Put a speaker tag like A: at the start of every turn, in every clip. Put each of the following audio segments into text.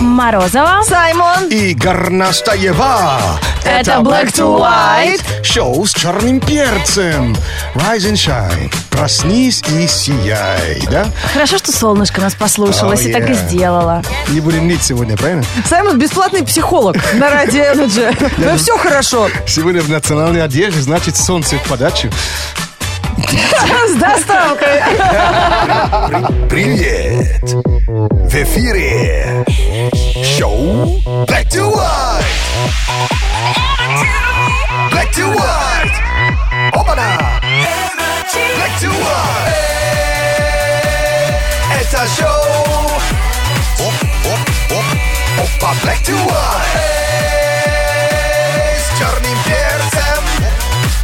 A: Морозова.
B: Саймон.
C: И Горнастаева.
A: Это Black to White.
C: Шоу с черным перцем. Rise and shine. Проснись и сияй, да?
A: Хорошо, что солнышко нас послушалось
C: Oh,
A: и так и
C: yeah.
A: сделала.
C: Не будем ныть сегодня, правильно?
B: Саймон бесплатный психолог на Радио Энерджи. Ну все хорошо.
C: Сегодня в национальной одежде, значит, солнце в подачу.
B: С доставкой.
D: Привет! В эфире шоу Black to White! Black to White! Опана! Black to White! Это шоу! Оп, оп, оп, опа, Black to White! С черным перцем!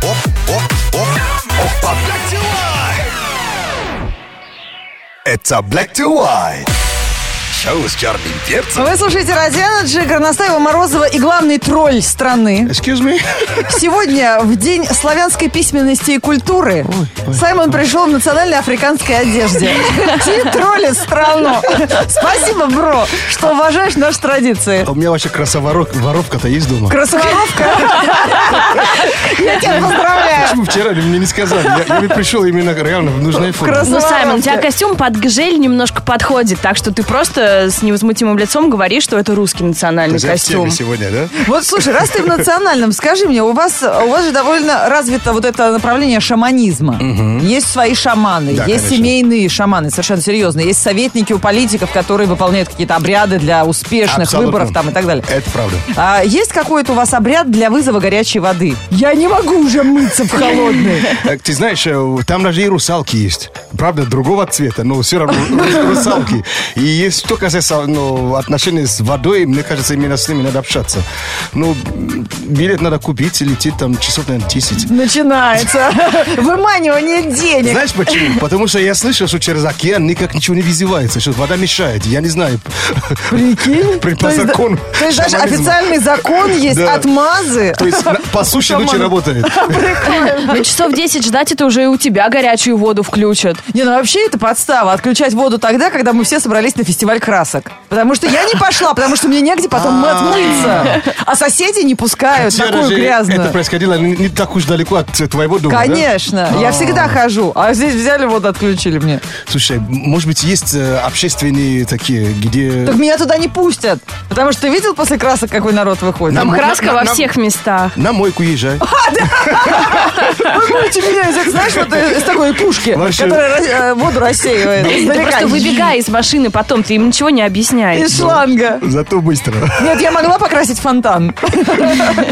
D: Оп, оп, оп, опа, Black to White! Это Black to White. Шоу с черным перцем.
B: Вы слушаете Радио Энерджи, Горностаева, Морозова и главный тролль страны.
C: Excuse me?
B: Сегодня, в день славянской письменности и культуры, Саймон пришел в национальной африканской одежде. Ты троллит страну. Спасибо, бро, что уважаешь наши традиции.
C: А У меня вообще красоворовка-то есть дома.
B: Красноровка. Я тебя поздравляю.
C: Почему вчера мне не сказали? Я, я ведь пришел именно реально в нужной форме.
B: Крас-
A: Ну, Саймон, у
B: Здравствуйте.
A: тебя костюм под гжель немножко подходит, так что ты просто с невозмутимым лицом говоришь, что это русский национальный
C: Друзья, в теме
A: костюм.
C: сегодня, да?
B: Вот, слушай, раз ты в национальном, скажи мне, у вас, у вас же довольно развито вот это направление шаманизма. Есть свои шаманы,
C: Да,
B: есть
C: конечно.
B: семейные шаманы, совершенно серьезно. Есть советники у политиков, которые выполняют какие-то обряды для успешных
C: Абсолютно.
B: выборов там и так далее.
C: Это правда.
B: А есть какой-то у вас обряд для вызова горячей воды? Я не могу уже мыться в холодной.
C: Э, Ты знаешь, э, там даже и русалки есть. Правда, другого цвета, но все равно ру- русалки. И есть, что касается ну, отношений с водой, мне кажется, именно с ними надо общаться. Ну, м, билет надо купить и лететь там часов, наверное, 10.
B: Начинается выманивание денег.
C: Знаешь почему? Потому что я слышал, что через океан никак ничего не визивается, что вода мешает. Я не знаю.
B: Прикинь?
C: При-
B: То
C: По
B: есть да-
C: закону.
B: То есть даже
C: шаманизма.
B: официальный закон есть,
C: Да.
B: отмазы.
C: То есть на- по суше лучше работает.
A: Ну, часов 10 ждать, это уже и у тебя горячую воду включат.
B: Не, ну вообще это подстава. Отключать воду тогда, когда мы все собрались на фестиваль красок. Потому что я не пошла, потому что мне негде потом отмыться. А соседи не пускают
C: Вчера
B: такую
C: же Это
B: грязную.
C: происходило не, не так уж далеко от э, твоего дома, да? А,
B: Конечно. Я всегда хожу. А здесь взяли, вот отключили мне.
C: Слушай, может быть, есть э, общественные такие, где...
B: Так меня туда не пустят. Потому что ты видел после красок, какой народ выходит?
C: Нам-
B: Вы
A: Краска
C: на-
A: во
C: на-
A: всех местах.
C: На мойку езжай.
B: будете Типа, меня взять, знаешь, вот э, с такой пушки,
C: Вообще.
B: которая э, воду рассеивает.
A: Ты
B: издалека.
A: просто выбегай из машины потом, ты им ничего не объясняешь.
B: Из шланга.
C: Зато быстро.
B: Нет, я могла покрасить фонтан.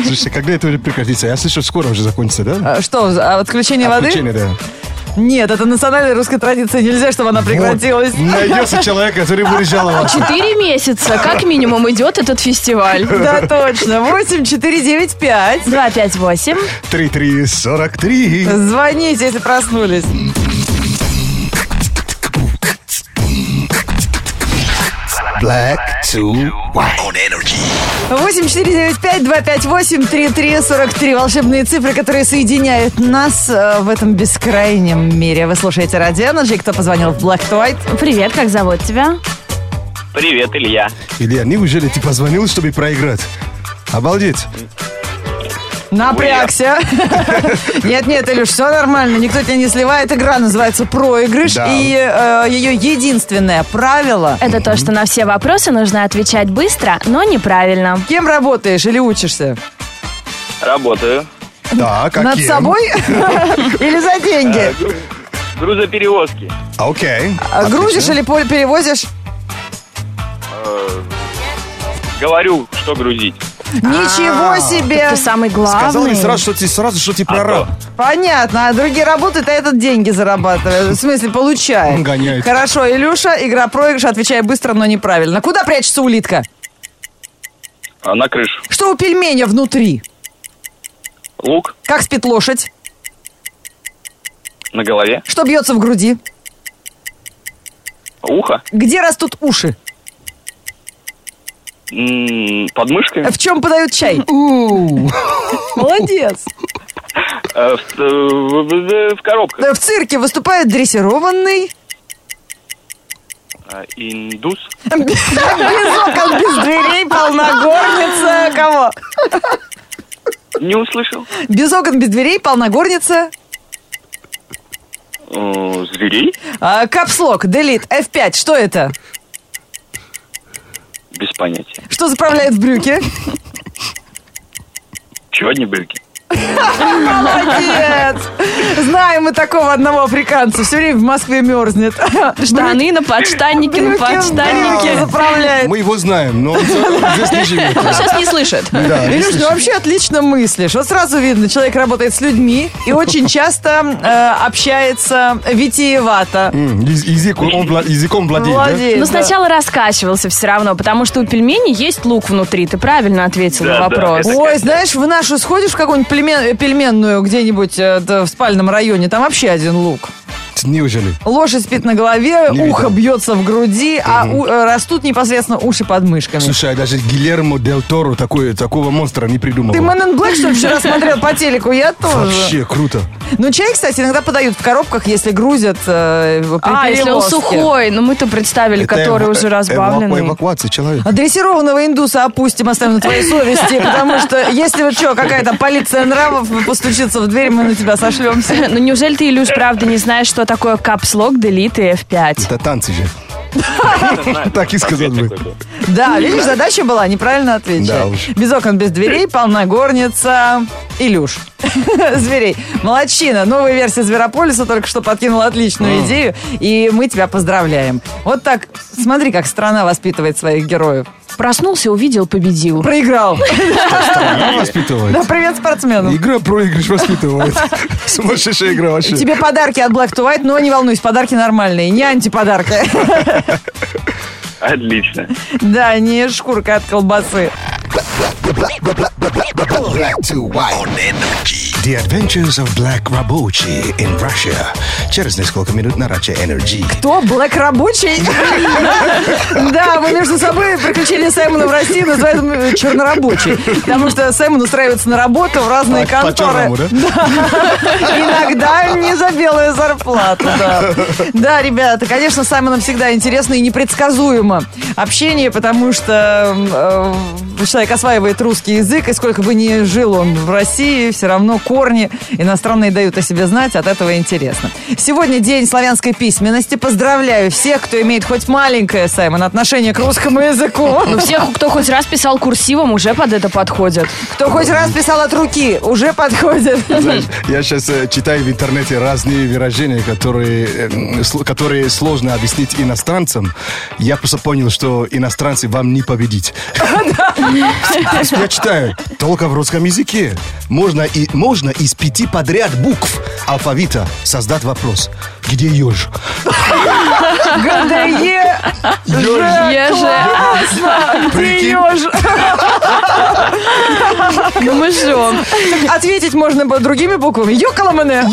C: Слушай, когда это уже прекратится? Я слышал, скоро уже закончится, да?
B: А, Что, а, отключение воды?
C: Отключение, да.
B: Нет, это национальная русская традиция. Нельзя, чтобы она прекратилась.
C: Вот, Найдется человек, который будет жаловаться.
A: Четыре месяца, как минимум, идет этот фестиваль.
B: Да, точно. 8495.
A: 258.
C: 3343.
B: Звоните, если проснулись.
D: Black to White. On Energy.
B: 8495-258-3343. Волшебные цифры, которые соединяют нас э, в этом бескрайнем мире. Вы слушаете Радио Energy. Кто позвонил в Black to White?
A: Привет, как зовут тебя?
E: Привет, Илья.
C: Илья, неужели ты позвонил, чтобы проиграть? Обалдеть.
B: Напрягся. Нет-нет, Илюш, все нормально. Никто тебя не сливает. Игра называется «Проигрыш».
C: Да.
B: И ее единственное правило...
A: Это то, что на все вопросы нужно отвечать быстро, но неправильно.
B: Кем работаешь или учишься?
E: Работаю.
C: Да, как
B: Над собой или за деньги?
C: Э,
E: Гру- Грузоперевозки.
C: Окей.
B: А Грузишь
C: Отлично.
B: или пол- перевозишь?
E: Э, Говорю, что грузить.
C: А,
B: Ничего себе!
A: Ты самый главный.
C: Сказал мне сразу, что ты сразу, что ты прораб.
B: Понятно, а другие работают, а этот деньги зарабатывает. В смысле, получает.
C: Он гоняет.
B: Хорошо, Илюша, игра проигрыш, отвечай быстро, но неправильно. Куда прячется улитка?
E: А, На крышу.
B: Что у пельменя внутри?
E: Лук
B: Как спит лошадь?
E: на голове.
B: Что бьется в груди?
E: Ухо.
B: Где растут уши?
E: М, Под мышкой.
B: В чем подают чай? Молодец.
E: Э, В э, в- в- в коробках.
B: В цирке выступает дрессированный.
E: э, индус,
B: Без окон, без дверей, полногорница. Кого?
E: не услышал.
B: Без окон, без дверей, полногорница.
E: Э, Зверей,
B: А, Капслок, делит, F5. Что это?
E: без понятия.
B: Что заправляет в брюки?
E: Чего не брюки?
B: Молодец! Знаем мы такого одного африканца. Все время в Москве мерзнет.
A: Штаны на подштаннике, на
B: Брюки в брюки
A: подштаннике.
B: заправляет.
C: Мы его знаем, но он здесь не живет.
A: Он сейчас не слышит.
C: Да, не
B: Илюш, ты
C: слышит.
B: ну вообще отлично мыслишь. Вот сразу видно, человек работает с людьми и очень часто э, общается витиевато.
C: М, яз- Язык, он вла- языком владеет, да?
B: Владеет.
A: Но
B: да.
A: Ну, сначала раскачивался все равно, потому что у пельменей есть лук внутри. Ты правильно ответил на
E: Да, да,
A: вопрос.
E: это-
B: Ой, знаешь, в нашу сходишь в какую-нибудь племен- э, пельменную где-нибудь э, да, в спальном районе, там вообще один лук.
C: Неужели?
B: Лошадь спит на голове,
C: Не
B: ухо
C: видал.
B: бьется в груди, а у- э, растут непосредственно уши под мышками.
C: Слушай, а даже Гильермо Дель Торо такое- такого монстра не придумал.
B: Ты Man in Black, что ли, вчера смотрел по телеку? Я тоже.
C: Вообще круто.
B: Ну, чай, кстати, иногда подают в коробках, если грузят э, его при
A: А, если он
B: перевозке.
A: сухой, но мы-то представили, который
C: эва-
A: уже
C: э- эва-
A: разбавленный.
C: Эвакуация человека.
B: А Дрессированного индуса опустим, оставим на твоей совести, потому что если вот что, какая-то полиция нравов постучится в дверь, мы на тебя сошлемся.
A: Ну неужели ты, Илюш, правда не знаешь, что такое капслог, делит и F5?
C: Это танцы же. Так и сказал бы.
B: Да, видишь, задача была, неправильно
C: Да
B: отвечать.
C: уж.
B: Без окон, без дверей, полна горница. Илюш. Зверей. Молодчина. Новая версия Зверополиса только что подкинула отличную идею. И мы тебя поздравляем. Вот так, смотри, как страна воспитывает своих героев.
A: Проснулся, увидел, победил.
B: Проиграл.
C: Она воспитывает.
B: Да, привет спортсменам.
C: Игра проигрыш воспитывает. Сумасшедшая игра вообще.
B: Тебе подарки от Black to White, но не волнуйся, подарки нормальные, не антиподарки.
E: Отлично.
B: Да, не шкурка от колбасы.
D: Black to white. On energy.
C: The Adventures of Black Rabochi in Russia. Через несколько минут на Раче Energy.
B: Кто? Блэк рабочий? Да, мы между собой приключения Саймона в России называем э, чернорабочий. Потому что Саймон устраивается на работу в разные конторы.
C: По-черному, да?
B: Иногда не за белую зарплату, да. Да, ребята, конечно, с Саймоном всегда интересно и непредсказуемо общение, потому что э, человек осваивает русский язык, и сколько бы ни жил он в России, все равно корни иностранные дают о себе знать, от этого интересно. Сегодня день славянской письменности. Поздравляю всех, кто имеет хоть маленькое, Саймон, отношение к русскому языку.
A: Ну, всех, кто хоть раз писал курсивом, уже под это подходят.
B: Кто хоть раз писал от руки, уже подходит.
C: Знаешь, Я сейчас читаю в интернете разные выражения, которые, э, м, сло- которые сложно объяснить иностранцам. Я просто понял, что иностранцы вам не победить. Я читаю только в русском языке. Можно, и, можно из пяти подряд букв алфавита создать вопрос. Где еж?
B: ГДЕ
C: Ёж.
A: Еже,
B: Классно! Где
C: Прикинь.
B: еж?
A: ну мы жжем.
B: Ответить можно было другими буквами. Йокаламане.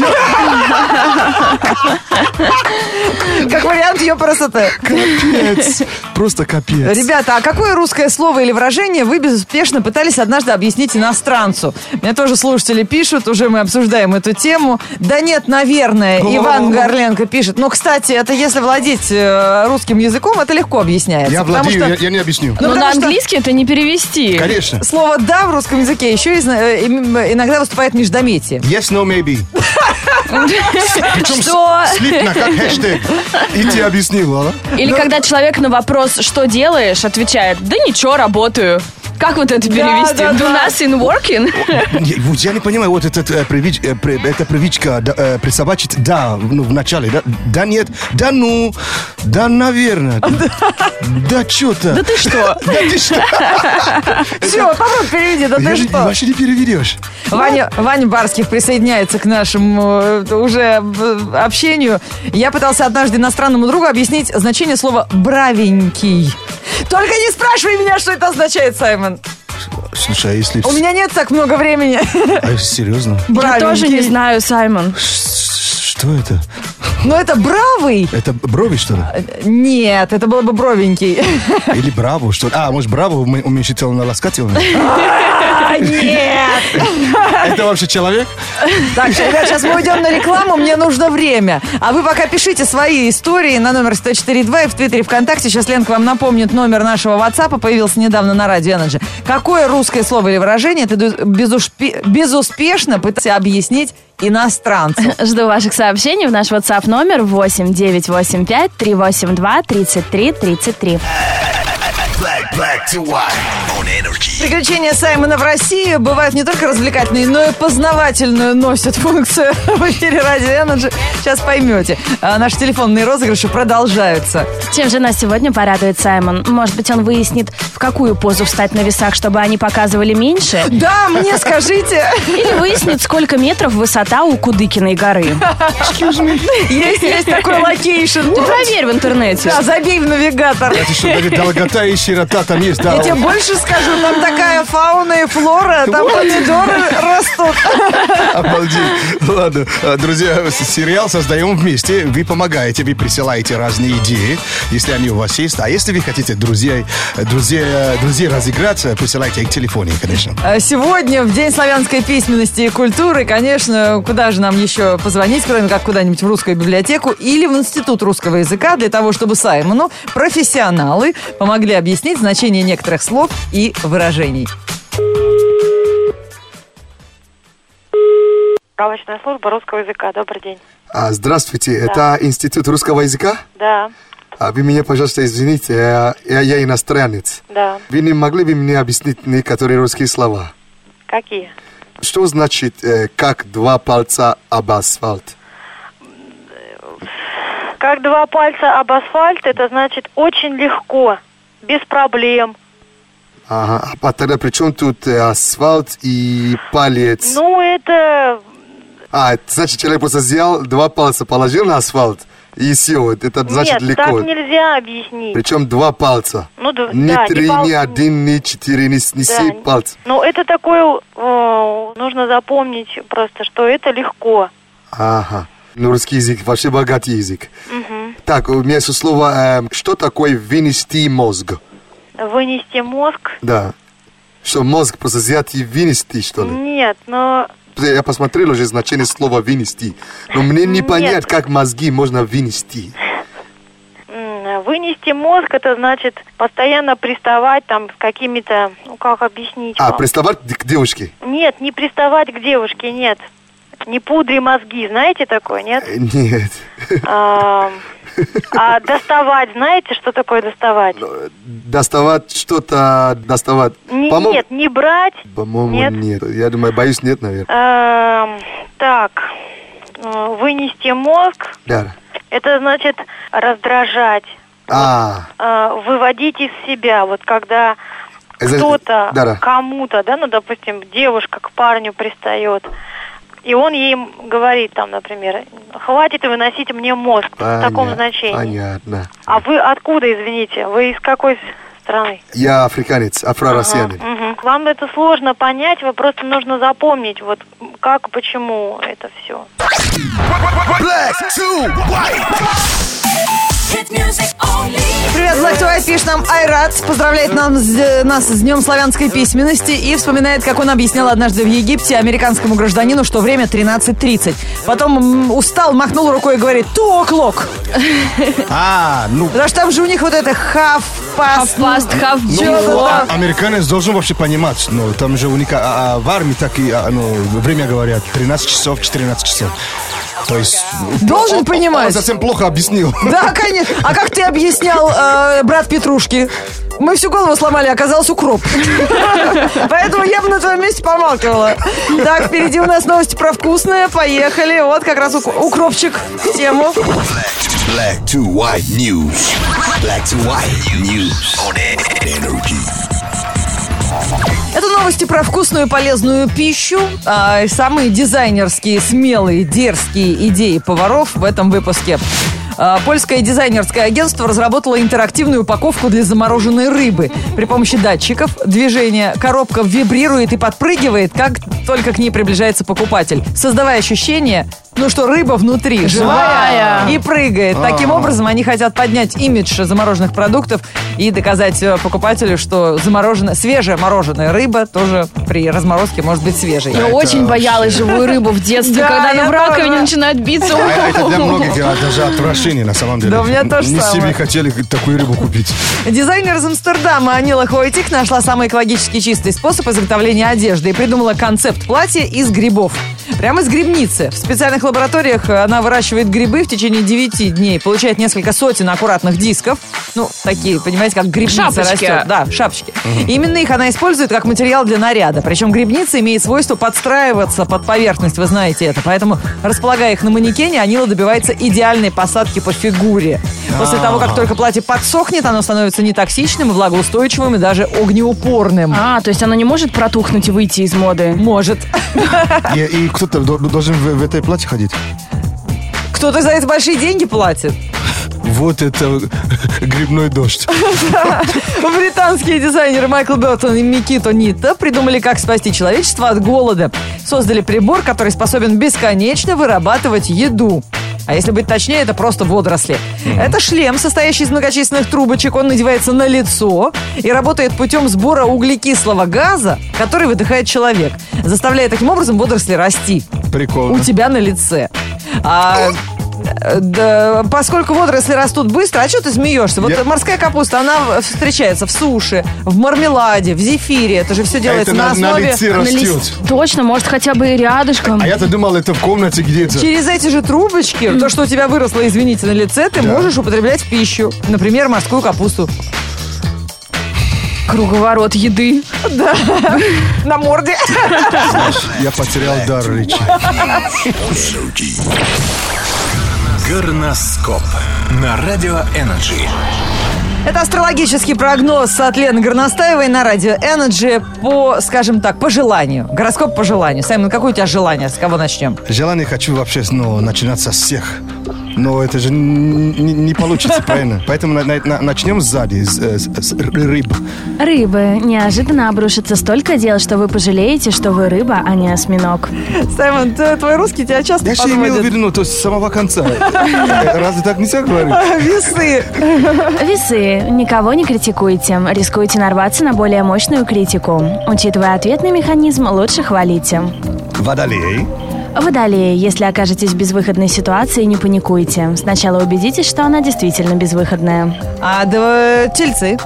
B: Как вариант ее красоты.
C: Капец. Просто капец.
B: Ребята, а какое русское слово или выражение вы безуспешно пытались однажды объяснить иностранцу? Мне тоже слушатели пишут, уже мы обсуждаем эту тему. Да нет, наверное, Иван Горленко пишет. Но, кстати, это если владеть э, русским языком, это легко объясняется.
C: я
B: потому
C: владею,
B: что-
C: я, я не объясню.
A: Но
B: Ну,
A: на
B: потому что-
A: английский это не перевести.
C: Конечно.
B: Слово «да» в русском языке еще изна- э, им- иногда выступает междометие.
C: Yes, no, maybe. Причем
A: Что?
C: с- слитно, как хэштег. И тебе объяснил, ладно?
B: Ну,
A: Или когда человек на вопрос «что делаешь?» отвечает «да ничего, работаю». Как вот это перевести?
B: да,
A: Do
B: да.
A: nothing working?
C: Не, вот я не понимаю, вот этот, э, привич- э, при- эта привычка да, э, присобачить «да» ну, в начале. Да, да нет, да ну, да наверное, да что-то. Да ты что? Да ты что?
B: Все, попробуй переведи, да
C: Я
B: ты
C: же
B: что?
C: вообще не переведешь.
B: Ваня, Ваня Барских присоединяется к нашему э, уже э, общению. Я пытался однажды иностранному другу объяснить значение слова «бравенький». Только не спрашивай меня, что это означает, Саймон.
C: Слушай, а если...
B: У меня нет так много времени.
C: а если серьезно?
A: Я
B: Бравенький.
A: тоже не знаю, Саймон.
C: Ш- Что это?
B: Но это бравый?
C: Это брови, что ли?
B: Нет, это было бы бровенький.
C: Или браво, что ли? А, может, браво уме- уменьшительно ласкательно?
B: А, нет!
C: Это вообще человек?
B: Так, ребят, сейчас мы уйдем на рекламу, мне нужно время. А вы пока пишите свои истории на номер 104.2 и в Твиттере ВКонтакте. Сейчас Ленка вам напомнит номер нашего WhatsApp, появился недавно на радио Energy. Какое русское слово или выражение ты ду- безушпе- безуспешно пытаешься объяснить иностранцу?
F: Жду ваших сообщений в наш WhatsApp номер 8985 382 33 33.
D: Black, black to white on energy.
B: Приключения Саймона в России бывают не только развлекательные, но и познавательную носят функцию в эфире радио Energy. Сейчас поймете. А, Наши телефонные розыгрыши продолжаются.
F: Чем же нас сегодня порадует Саймон? Может быть, он выяснит, в какую позу встать на весах, чтобы они показывали меньше?
B: Да, мне скажите.
F: Или выяснит, сколько метров высота у Кудыкиной горы?
B: Есть, есть такой локейшн.
A: Ты проверь в интернете.
B: Да, забей в навигатор.
C: Это что, даже долгота и широта там есть, да?
B: Я тебе больше скажу, там такая фауна и флора, там помидоры растут.
C: Обалдеть. Ладно, а, друзья, с- сериал создаем вместе. Вы помогаете, вы присылаете разные идеи, если они у вас есть. А если вы хотите друзей, друзей, э, друзей разыграть, присылайте их к телефоне, конечно.
B: А Сегодня, в День славянской письменности и культуры, конечно, куда же нам еще позвонить, кроме как куда-нибудь в русскую библиотеку или в Институт русского языка, для того, чтобы Саймону профессионалы помогли объяснить значение некоторых слов и выражений.
G: Справочная служба русского языка. Добрый день.
H: А, Здравствуйте, это Институт русского языка.
G: Да,
H: А Вы меня, пожалуйста, извините, я, я- я иностранец.
G: да.
H: Вы не могли бы мне объяснить некоторые русские слова?
G: Какие?
H: Что значит э, «как два пальца об асфальт»?
G: Как два пальца об асфальт, это значит очень легко, без проблем.
H: Ага, а тогда при чем тут э, асфальт и палец?
G: Ну, это...
H: А, это значит, человек просто взял два пальца, положил на асфальт и все. Это
G: Нет,
H: значит легко.
G: так нельзя объяснить.
H: Причем два пальца.
G: Ну, да,
H: Ни
G: да, не
H: три,
G: пол-
H: ни один, ни четыре, ни, с- ни
G: Да,
H: семь пальцев.
G: Ну, это такое... э, нужно запомнить просто, что это легко.
H: Ага. Ну, русский язык вообще богатый язык. Так, у меня есть слово, эм, что такое вынести мозг?
G: Вынести мозг...
H: Да. Что мозг просто взять и вынести, что ли?
G: Нет, но...
H: Я посмотрел уже значение слова вынести, но мне не
G: Нет.
H: понять, как мозги можно вынести.
G: м, Вынести мозг, это значит постоянно приставать там с какими-то... Ну, как объяснить
H: А,
G: вам?
H: приставать к девушке?
G: Нет, не приставать к девушке, нет. Не пудри мозги, знаете такое, нет?
H: Э, Нет.
G: А, а доставать, знаете, что такое доставать?
H: Ну, Доставать что-то, доставать.
G: Не-
H: По-моему-
G: нет, не брать.
H: По-моему,
G: Нет.
H: нет. Я думаю, боюсь, нет, наверное.
G: Эм, так, э, вынести мозг,
H: Да.
G: это значит раздражать,
H: А,
G: э, выводить из себя. Вот когда
H: Это-
G: кто-то
H: да-да.
G: кому-то, да, ну, допустим, девушка к парню пристает, и он ей говорит там, например, хватит выносить мне мозг в таком
H: поня-
G: значении.
H: Понятно.
G: А вы откуда, извините? Вы из какой с- страны?
H: Я африканец, афро-россиянин.
G: Мгм. Вам это сложно понять, вы просто нужно запомнить, вот м, как, почему это все.
D: Black to white.
B: Привет, Black to White пишет нам Айрат, поздравляет нам с, э, нас с Днем славянской письменности и вспоминает, как он объяснял однажды в Египте американскому гражданину, что время 13.30. Потом м, устал, махнул рукой и говорит «Ток-лок!»
C: А, ну,
B: Потому что там же у них вот это half past,
A: Fast half
B: чё-то
C: а-
B: там.
C: американец должен вообще понимать, но там же у них а, а, в армии так и а, ну, время говорят, 13 часов, 14 часов. То есть... ну,
B: Должен
C: он- он- Он
B: понимать.
C: совсем плохо объяснил.
B: Да, конечно. А как ты объяснял, э, брат Петрушки? Мы всю голову сломали, оказался укроп. Поэтому я бы на твоем месте помалкивала. Так, впереди у нас новости про вкусное. Поехали. Вот как раз ук- укропчик в тему.
D: Black to white news. Black to white news on energy.
B: Это новости про вкусную и полезную пищу. а, и самые дизайнерские, смелые, дерзкие идеи поваров в этом выпуске. А, Польское дизайнерское агентство разработало интерактивную упаковку для замороженной рыбы. При помощи датчиков движение коробка вибрирует и подпрыгивает, как только к ней приближается покупатель, создавая ощущение ну что рыба внутри, живая,
A: Живая.
B: и прыгает. Таким образом, они хотят поднять имидж замороженных продуктов и доказать э, покупателю, что замороженная, свежая мороженая рыба тоже при разморозке может быть свежей.
F: Я очень боялась живую рыбу в детстве,
B: Да,
F: когда
B: я
F: она в раковине
B: тоже.
F: начинает биться.
C: А Это для многих а, даже отвращение, на самом деле.
B: Да, у меня тоже
C: Не
B: самое.
C: себе хотели такую рыбу купить.
B: Дизайнер из Амстердама Анила Хойтих нашла самый экологически чистый способ изготовления одежды и придумала концепт платья из грибов. Прямо из грибницы. В специальных лабораториях э, она выращивает грибы в течение 9 дней, получает несколько сотен аккуратных дисков. Ну, такие, понимаете, как грибница
A: Шапочки.
B: растет. Да, шапочки. Именно их она использует как материал для наряда. Причем грибница имеет свойство подстраиваться под поверхность, вы знаете это. Поэтому, располагая их на манекене, Анила добивается идеальной посадки по фигуре. После того, как только платье подсохнет, оно становится нетоксичным, влагоустойчивым и даже огнеупорным.
A: А, то есть она не может протухнуть и выйти из моды?
B: Может.
C: И, и кто-то до- должен в, в этой платье ходить.
B: Кто-то за это большие деньги платит.
C: Вот это грибной дождь.
B: Британские дизайнеры Майкл Бертон и Микито Нитта придумали, как спасти человечество от голода. Создали прибор, который способен бесконечно вырабатывать еду. А если быть точнее, это просто водоросли. Это шлем, состоящий из многочисленных трубочек. Он надевается на лицо и работает путем сбора углекислого газа, который выдыхает человек, заставляя таким образом водоросли расти у
C: Прикольно.
B: тебя на лице. А, э, да, поскольку водоросли растут быстро, а что ты смеешься? Вот
C: Я-
B: морская капуста, она в- встречается в суше, в мармеладе, в зефире. Это же все делается
C: А это
B: на
C: на- на
B: основе...
C: лице
F: На лист-
C: растет.
F: Точно, может, хотя бы и рядышком.
C: А я-то думал, это в комнате где-то.
B: Через эти же трубочки, то, что у тебя выросло, извините, на лице, ты можешь употреблять в пищу. Например, морскую капусту.
A: Круговорот еды.
B: На морде.
C: Я потерял дар речи.
I: Горноскоп на Радио Энерджи.
B: Это астрологический прогноз от Лены Горностаевой на радио Energy по, скажем так, по желанию. Гороскоп по желанию. Саймон, какое у тебя желание? С кого начнем?
C: Желание хочу вообще ну, начинать со всех. Но это же н- н- не получится, правильно? Поэтому на- на- на- начнем сзади, с, э, с- с ры- рыб.
F: Рыбы. Неожиданно обрушится столько дел, что вы пожалеете, что вы рыба, а не осьминог.
B: Саймон, т- твой русский тебя часто
C: Я же имел в
B: подводит.
C: виду, ну, то есть с самого конца. Э, Разве так нельзя говорить?
B: Весы.
F: Весы. Никого не критикуйте. Рискуете нарваться на более мощную критику. Учитывая ответный механизм, лучше хвалите.
C: Водолей.
F: Водолеи. Если окажетесь в безвыходной ситуации, не паникуйте. Сначала убедитесь, что она действительно безвыходная.
B: А да, тельцы.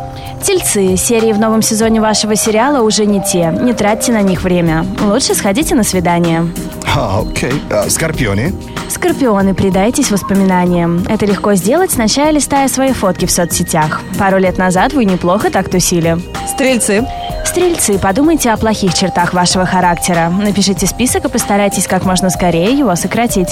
F: Тельцы. Серии в новом сезоне вашего сериала уже не те. Не тратьте на них время. Лучше сходите на свидание.
C: А, окей. А, Скорпионы.
F: Скорпионы, предайтесь воспоминаниям. Это легко сделать, начая листая свои фотки в соцсетях. Пару лет назад вы неплохо так тусили.
B: Стрельцы.
F: Стрельцы, подумайте о плохих чертах вашего характера. Напишите список и постарайтесь как можно скорее его сократить.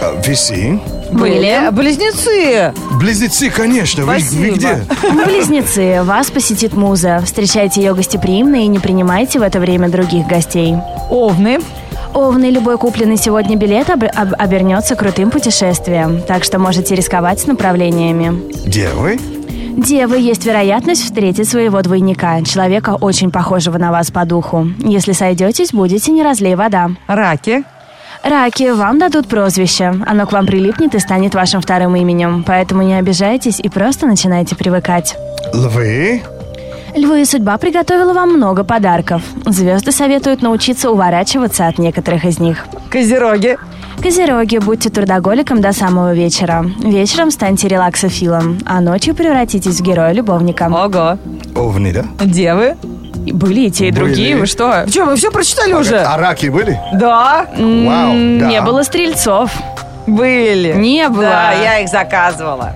C: А, Весы.
F: Были.
B: Близнецы.
C: Близнецы, конечно. Вы, вы
B: Спасибо.
C: где?
F: Близнецы, вас посетит муза. Встречайте ее гостеприимно и не принимайте в это время других гостей.
B: Овны.
F: Овны, любой купленный сегодня билет об- об- обернется крутым путешествием, так что можете рисковать с направлениями.
C: Девы.
F: Девы, есть вероятность встретить своего двойника, человека, очень похожего на вас по духу. Если сойдетесь, будете не разлей вода.
B: Раки.
F: Раки, вам дадут прозвище. Оно к вам прилипнет и станет вашим вторым именем. Поэтому не обижайтесь и просто начинайте привыкать.
C: Львы.
F: Львы, судьба приготовила вам много подарков. Звезды советуют научиться уворачиваться от некоторых из них.
B: Козероги.
F: Козероги, будьте трудоголиком до самого вечера. Вечером станьте релаксофилом, а ночью превратитесь в героя-любовника.
B: Ого.
C: Овны, да?
B: Девы.
A: И Были и те, и другие,
C: Были.
A: вы что?
B: Че, мы все прочитали уже?
C: А раки были?
B: Да.
C: Вау, да.
F: Не было стрельцов.
B: Были.
A: Не было.
B: Да, я их заказывала.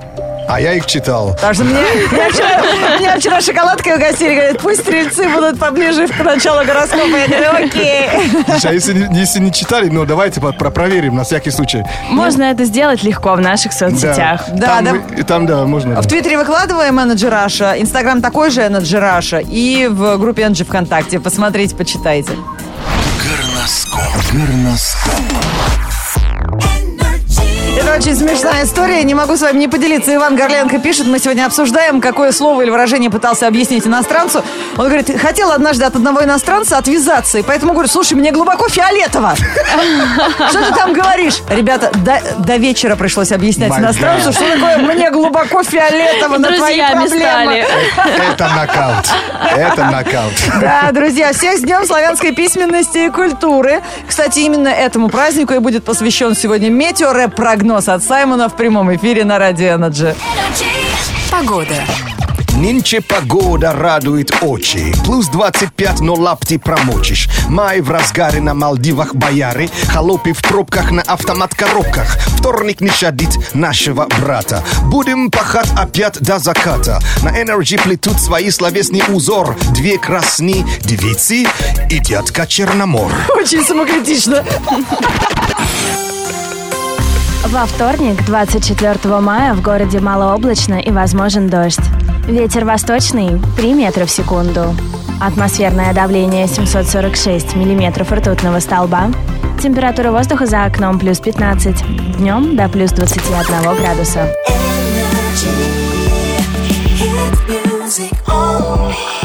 C: А я их читал.
B: Потому что мне, меня вчера, меня вчера шоколадкой угостили. Говорят, пусть стрельцы будут поближе к началу гороскопа. Я говорю, окей.
C: Слушай, а если, не- если не читали, ну давайте по- про- проверим на всякий случай.
A: Можно это сделать легко в наших соцсетях.
B: Да,
C: там,
B: да.
C: вы- там, да, можно.
B: А В Твиттере выкладываем Energy Раша, Инстаграм такой же Energy Раша и в группе Energy ВКонтакте. Посмотрите, почитайте.
I: Горноскоп. Горноскоп.
B: Это очень смешная история, не могу с вами не поделиться. Иван Горленко пишет, мы сегодня обсуждаем, какое слово или выражение пытался объяснить иностранцу. Он говорит, хотел однажды от одного иностранца отвязаться, и поэтому говорю, слушай, мне глубоко фиолетово. Что ты там говоришь? Ребята, до, до вечера пришлось объяснять
C: My
B: иностранцу,
C: God.
B: что такое мне глубоко фиолетово на твои
A: Друзьями
B: проблемы.
A: стали.
C: Это нокаут. Это нокаут.
B: Да, друзья, всех с Днем славянской письменности и культуры. Кстати, именно этому празднику и будет посвящен сегодня метеорэп-прогноз от Саймона в прямом эфире на Радио Энерджи.
J: Погода.
C: Нынче погода радует очи. Плюс 25, но лапти промочишь. Май в разгаре на Малдивах бояры. Холопы в пробках на автомат-коробках. Вторник не щадит нашего брата. Будем пахать опять до заката. На Energy плетут свои словесный узор. Две красные девицы и дядка Черномор.
B: Очень самокритично.
F: Во вторник, 24 мая, в городе малооблачно и возможен дождь. Ветер восточный 3 метра в секунду. Атмосферное давление 746 миллиметров ртутного столба. Температура воздуха за окном плюс 15. Днем до плюс 21 градуса.
J: Energy. Hit music only.